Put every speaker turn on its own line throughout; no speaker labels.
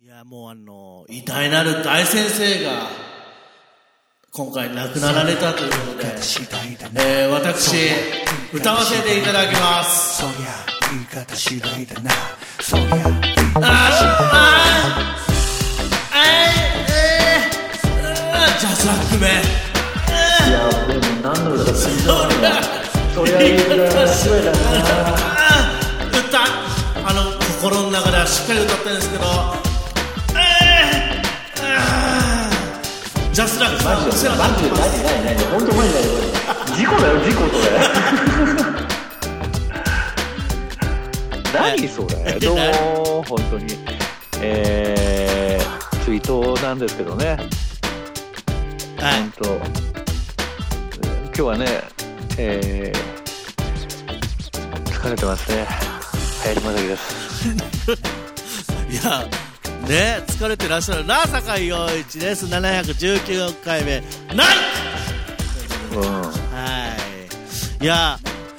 や、もうあの、偉大なる大先生が、今回亡くなられたということで、
次第だな
えー、私、歌わせていただきます。
そりゃ言い方次第だなそりゃ言い
あー
方次第
あーえーえーあージャスラックめ
いや俺も何の歌か知らないわとりあえ
言い
ずぐらい
方
の
次
声だな
あー歌あの心の中ではしっかり歌ってるんですけどえーあージャスラックさんお世話になってます
何何本当マジだよ事故だよ事 故それ何それどうも本当にえー、追悼なんですけどね
はい
本当今日はねえー、疲れてますね林正樹です
いや、ね、疲れてらっしゃる、なあ、酒井陽一です。719回目、ナイ
うん
トはい。いや、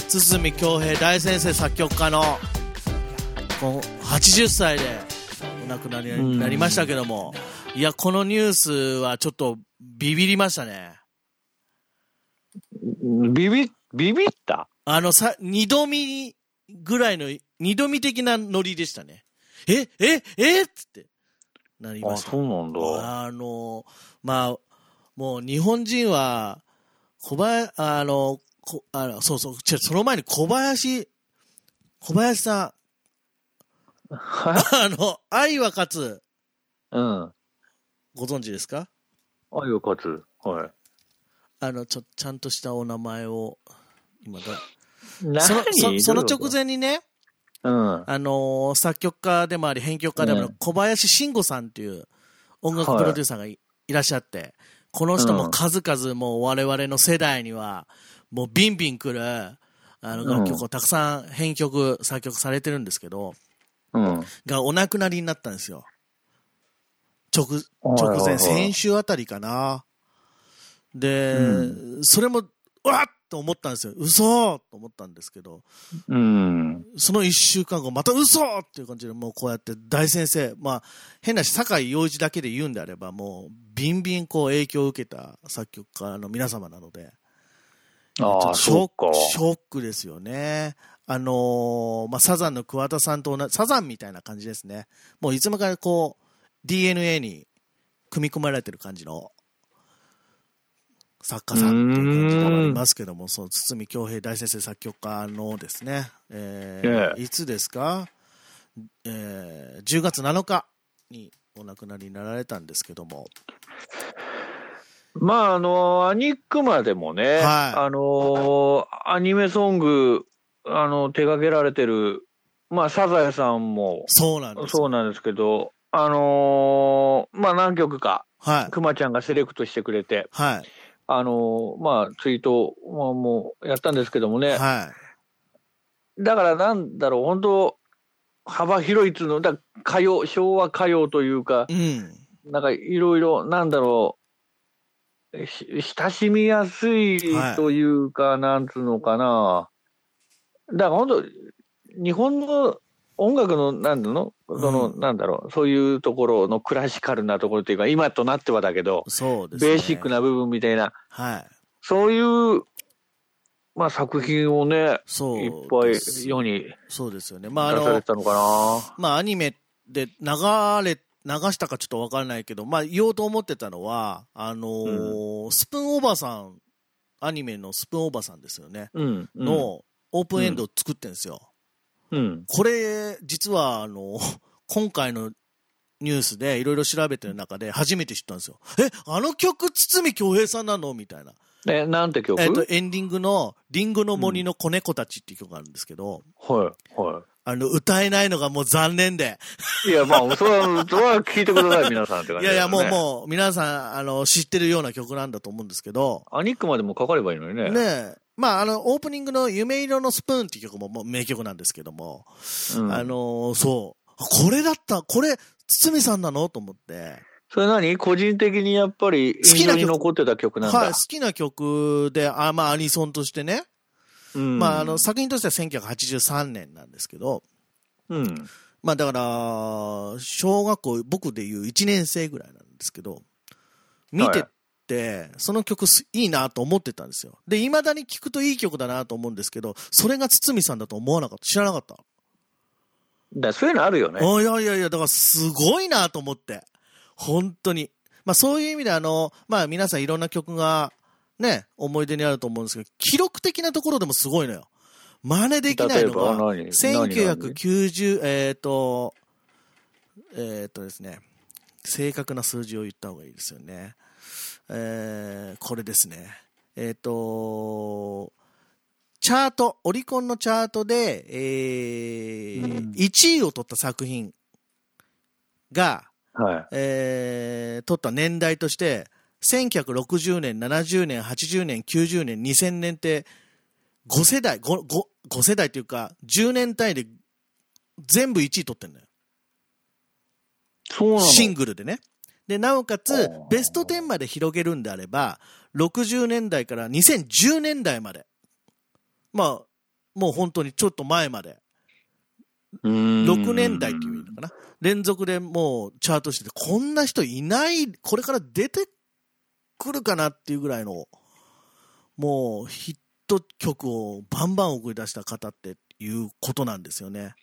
堤恭平大先生作曲家の、こう80歳でお亡くなりになりましたけども、いや、このニュースはちょっとビビりましたね。
ビビビビった
あの、さ、二度見ぐらいの、二度見的なノリでしたね。え、え、えっつって、なりま
あ
した
そ。うなんだ
あの、まあ、もう日本人は、小林、あの、こあのそうそう、違うその前に小林、小林さん、
は
あの、愛は勝つ、
うん
ご存知ですか
あよかつはい
あの、ちょ、ちゃんとしたお名前を、今だ、その
何、
そその直前にね、
うん。
あのー作曲家でもあり、編曲家でもある
うん
小林慎吾さんという音楽プロデューサーがい,、らっしゃって、この人
う
も
ん
数々もう我々の世代には、もうビンビン来る、あの
うん
楽曲をたくさん編曲、作曲されてるんですけど、
うん。
がお亡くなりになったんですよ。直、直前、先週あたりかな。で、それも、うわっと思ったんですよ。嘘と思ったんですけど、
うん。
その一週間後、また嘘っていう感じで、もうこうやって大先生、まあ、変なし、酒井陽一だけで言うんであれば、もう、ビンビンこう影響を受けた作曲家の皆様なので、ち
あ
ょ
あ、
っとショ
そうか
ッ。ク、ショックですよね。あのーまあ、サザンの桑田さんと同じ、サザンみたいな感じですね。もういつもからこう、DNA に組み込まれてる感じの作家さんっていう感じがありますけども、その堤恭平大先生作曲家のですね、えー
ええ
いつですか、えー10月7日にお亡くなりになられたんですけども、
まあ、あの、アニックマでもね、
はい
あの、アニメソング、あの、手掛けられてる、まあ、サザエさんも
そうなんです。
そうなんですけど、あのまあ、何曲か、
はい。
くまちゃんがセレクトしてくれて、
はい。
あのまあ、ツイート、まあ、もうやったんですけどもね、
はい。
だからなんだろう、本当幅広いっつうの、だから歌謡、昭和歌謡というか、
うん。
なんかいろいろ、なんだろう、し親しみやすい
はい
というか、なんつうのかな。だから本当、日本の音楽の、なんだの、その、
うん
なんだろう、そういうところのクラシカルなところというか、今となってはだけど、
そうですね。
ベーシックな部分みたいな、
はい。
そういう、まあ作品をね、
そう
いっぱ
で
い
す
世に
そうですよね。
出
まあ、あ
され
の
て、たのかな。
まあ、アニメで流れ、流したかちょっとわからないけど、まあ、言おうと思ってたのは、あのースプーンおばさん、アニメのスプーンおばさんですよね、
うん。うん、
のオープンエンドを作ってんですよ。
うん。
これ、実は、あの、 今回のニュースでいろいろ調べてる中で初めて知ったんですよ。え、あの曲、堤恭平さんなのみたいな。
え、なんて曲、
えっと、エンディングの、リンゴの森の子猫たちっていう曲があるんですけど、
はい、はい。
あの、歌えないのがもう残念で。
いや、まあ、それは、それは聞いてください、皆さんって感
い
じ、
やいや、もう、もう、皆さん、あの、知ってるような曲なんだと思うんですけど、
う。アニックまでもかかればいいのにね。
ねえ、まあ、あの、オープニングの夢色のスプーンっていう曲ももう名曲なんですけども、
うん
あの、そう、あこれだった、これ、堤さんなのと思って、
それ何個人的にやっぱり、
好き
印
な曲
象に残ってた曲なんだ。
はい、好きな曲で、あまあ、アニソンとしてね、
うん
まあ、あの、、作品としては1983年なんですけど、
うん。
まあだから、小学校、僕でいう1年生ぐらいなんですけど、見てって、その曲すいいなと思ってたんですよ。で、未だに聴くといい曲だなと思うんですけど、それが堤さんだと思わなかった。知らなかった。
だそういうのあるよね。
あいやいやいや、だからすごいなと思って。本当に。まあそういう意味であの、まあ皆さんいろんな曲がね、思い出にあると思うんですけど、記録的なところでもすごいのよ。真似できないの
例えば
が、
何
1990、えっ、と、えっ、とですね、正確な数字を言った方がいいですよね。えーこれですね。えっ、と、チャート、オリコンのチャートで、えー1位を取った作品が、
は
えー取った年代として、1960年、70年、80年、90年、2000年って、5世代、5, 5, 5世代というか、10年単位で全部1位取ってんのよ。
い。そうなの
シングルでね。で、なおか
あ
つ
ー、
ベスト10まで広げるんであれば、60年代から2010年代まで。まあ、もう本当にちょっと前まで。6
6
年代っていう意味なのかな。連続でもうチャートしてて、こんな人いない、これから出てくるかなっていうぐらいの、もうヒット曲をバンバン送り出した方っていうことなんですよね。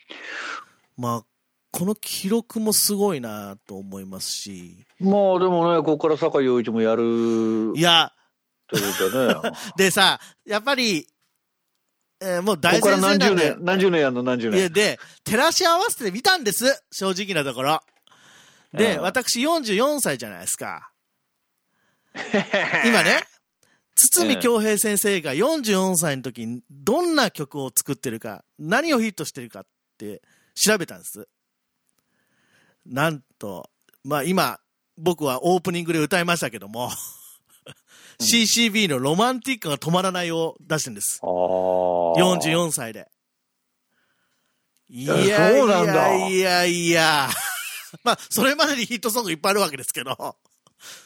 まあ、この記録もすごいなと思いますし、
まあでもね、ここから坂井陽一もやる
いや、
というかね。
でさ、やっぱり、えーもう
こ
大
こから
先生
何
な
十
んで
年、何十年やんの、何十
いや、
年。
で、照らし合わせてみたんです。正直なところ。で、
うん
私44歳じゃないです か。今ね、堤京平先生が44歳の時にどんな曲を作ってるか、何をヒットしてるかって調べたんです。なんと、まあ今、僕はオープニングで歌いましたけども、CCB のロマンティックが止まらないを出してるんです。
あー
44歳で。いやいや
やそうなんだ
いやいや。 まあ、それまでにヒットソングいっぱいあるわけですけ ど。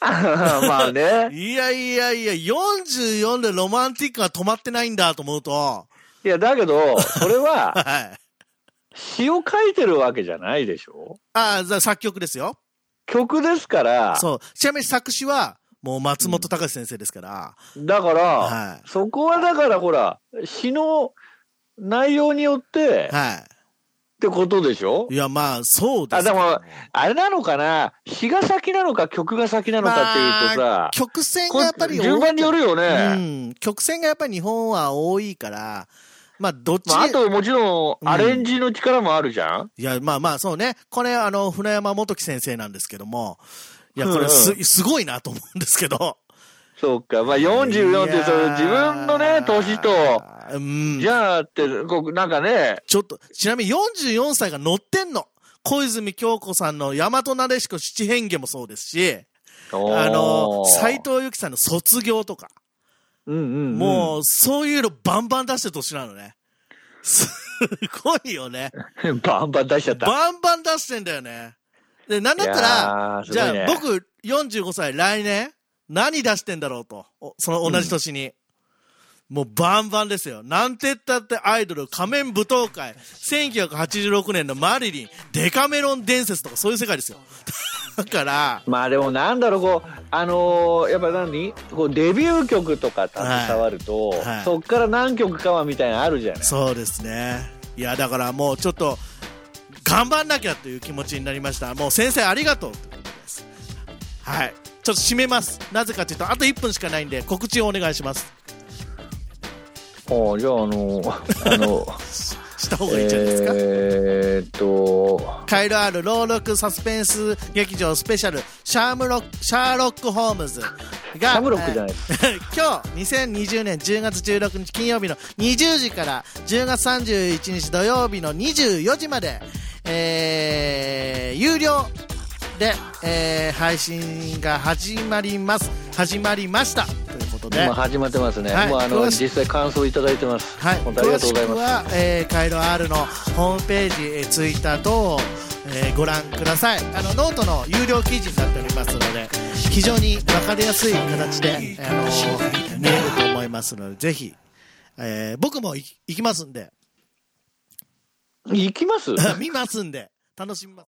まあね。
いやいやいや、44でロマンティックが止まってないんだと思う と。
いや、だけど、それは、
はい。
詩を書いてるわけじゃないでしょ
ああ、作曲ですよ。
曲ですから、
そう。ちなみに作詞は、もう松本隆先生ですから。
だから、
は
そこはだからほら、詩の内容によって、
い。
っ
は
てことでしょ
い。いや、まあ、そうですけど。
あでもあれなのかな詩が先なのか曲が先なのかっていうとさ、
曲線
こ
がやっぱり多い
順番によるよね。
うん。曲線がやっぱり日本は多いから、まあ、どっち
まあ、あともちろ
うん
んアレンジの力もあるじゃん、
いや、まあまあ、そうね。これ、あの、船山元樹先生なんですけども、いや、これす、
うん
すごいなと思うんですけど。
そうか。まあ44ってその自分のね、年と、、
うん。
じゃあって、こうなんかね、
ちょっと、ちなみに44歳が乗ってんの。小泉京子さんの大和なでしこ七変化もそうですし、
あ
あの、斎藤由貴さんの卒業とか、
うんうんうん、
もう、そういうのバンバン出してる年なのね。すごいよね。
う、 バンバン出しちゃった。
バンバン出してんだよね。で、なんだったら、
ら
じゃあ、僕45歳来年何出してんだろうと。おその同じ年に。もうバンバンですよ。なんて言ったってアイドル、仮面舞踏会、1986年のマリリン、デカメロン伝説とかそういう世界ですよ。 だから、
まあでもなんだろう、こう、あのーやっぱ何こうデビュー曲とか携わると、
いはい
そっから何曲かはみたいなのあるじゃない。
そうですね。いや、だからもうちょっと、頑張んなきゃという気持ちになりました。もう先生ありがとうということです。はい。ちょっと締めます。なぜかというと、あと1分しかないんで、告知をお願いします。
ああじゃあ、 あのーあの、
した方がいいんじゃないですか。
えーっと、
カイロアール朗読サスペンス劇場スペシャルシャームロックシャーロック・ホームズが
シャムロックじゃない
えー 今日2020年10月16日金曜日の20時から10月31日土曜日の24時まで、えー有料で、えー配信が始まります始まりましたということで、
今始まってますね。
はい
もうあの、
詳しく
実際感想いただいてます。
はい、
本当あり
詳
がとう
し
ござい
く
ます。
は、えー、カイロ R のホームページ、えー、ツイッター等を、えーご覧くださいあのノートの有料記事になっておりますので非常に分かりやすい形で、あのー見えると思いますのでぜひ、えー僕も行き行きますんで
行きます
見ますんで楽しみます。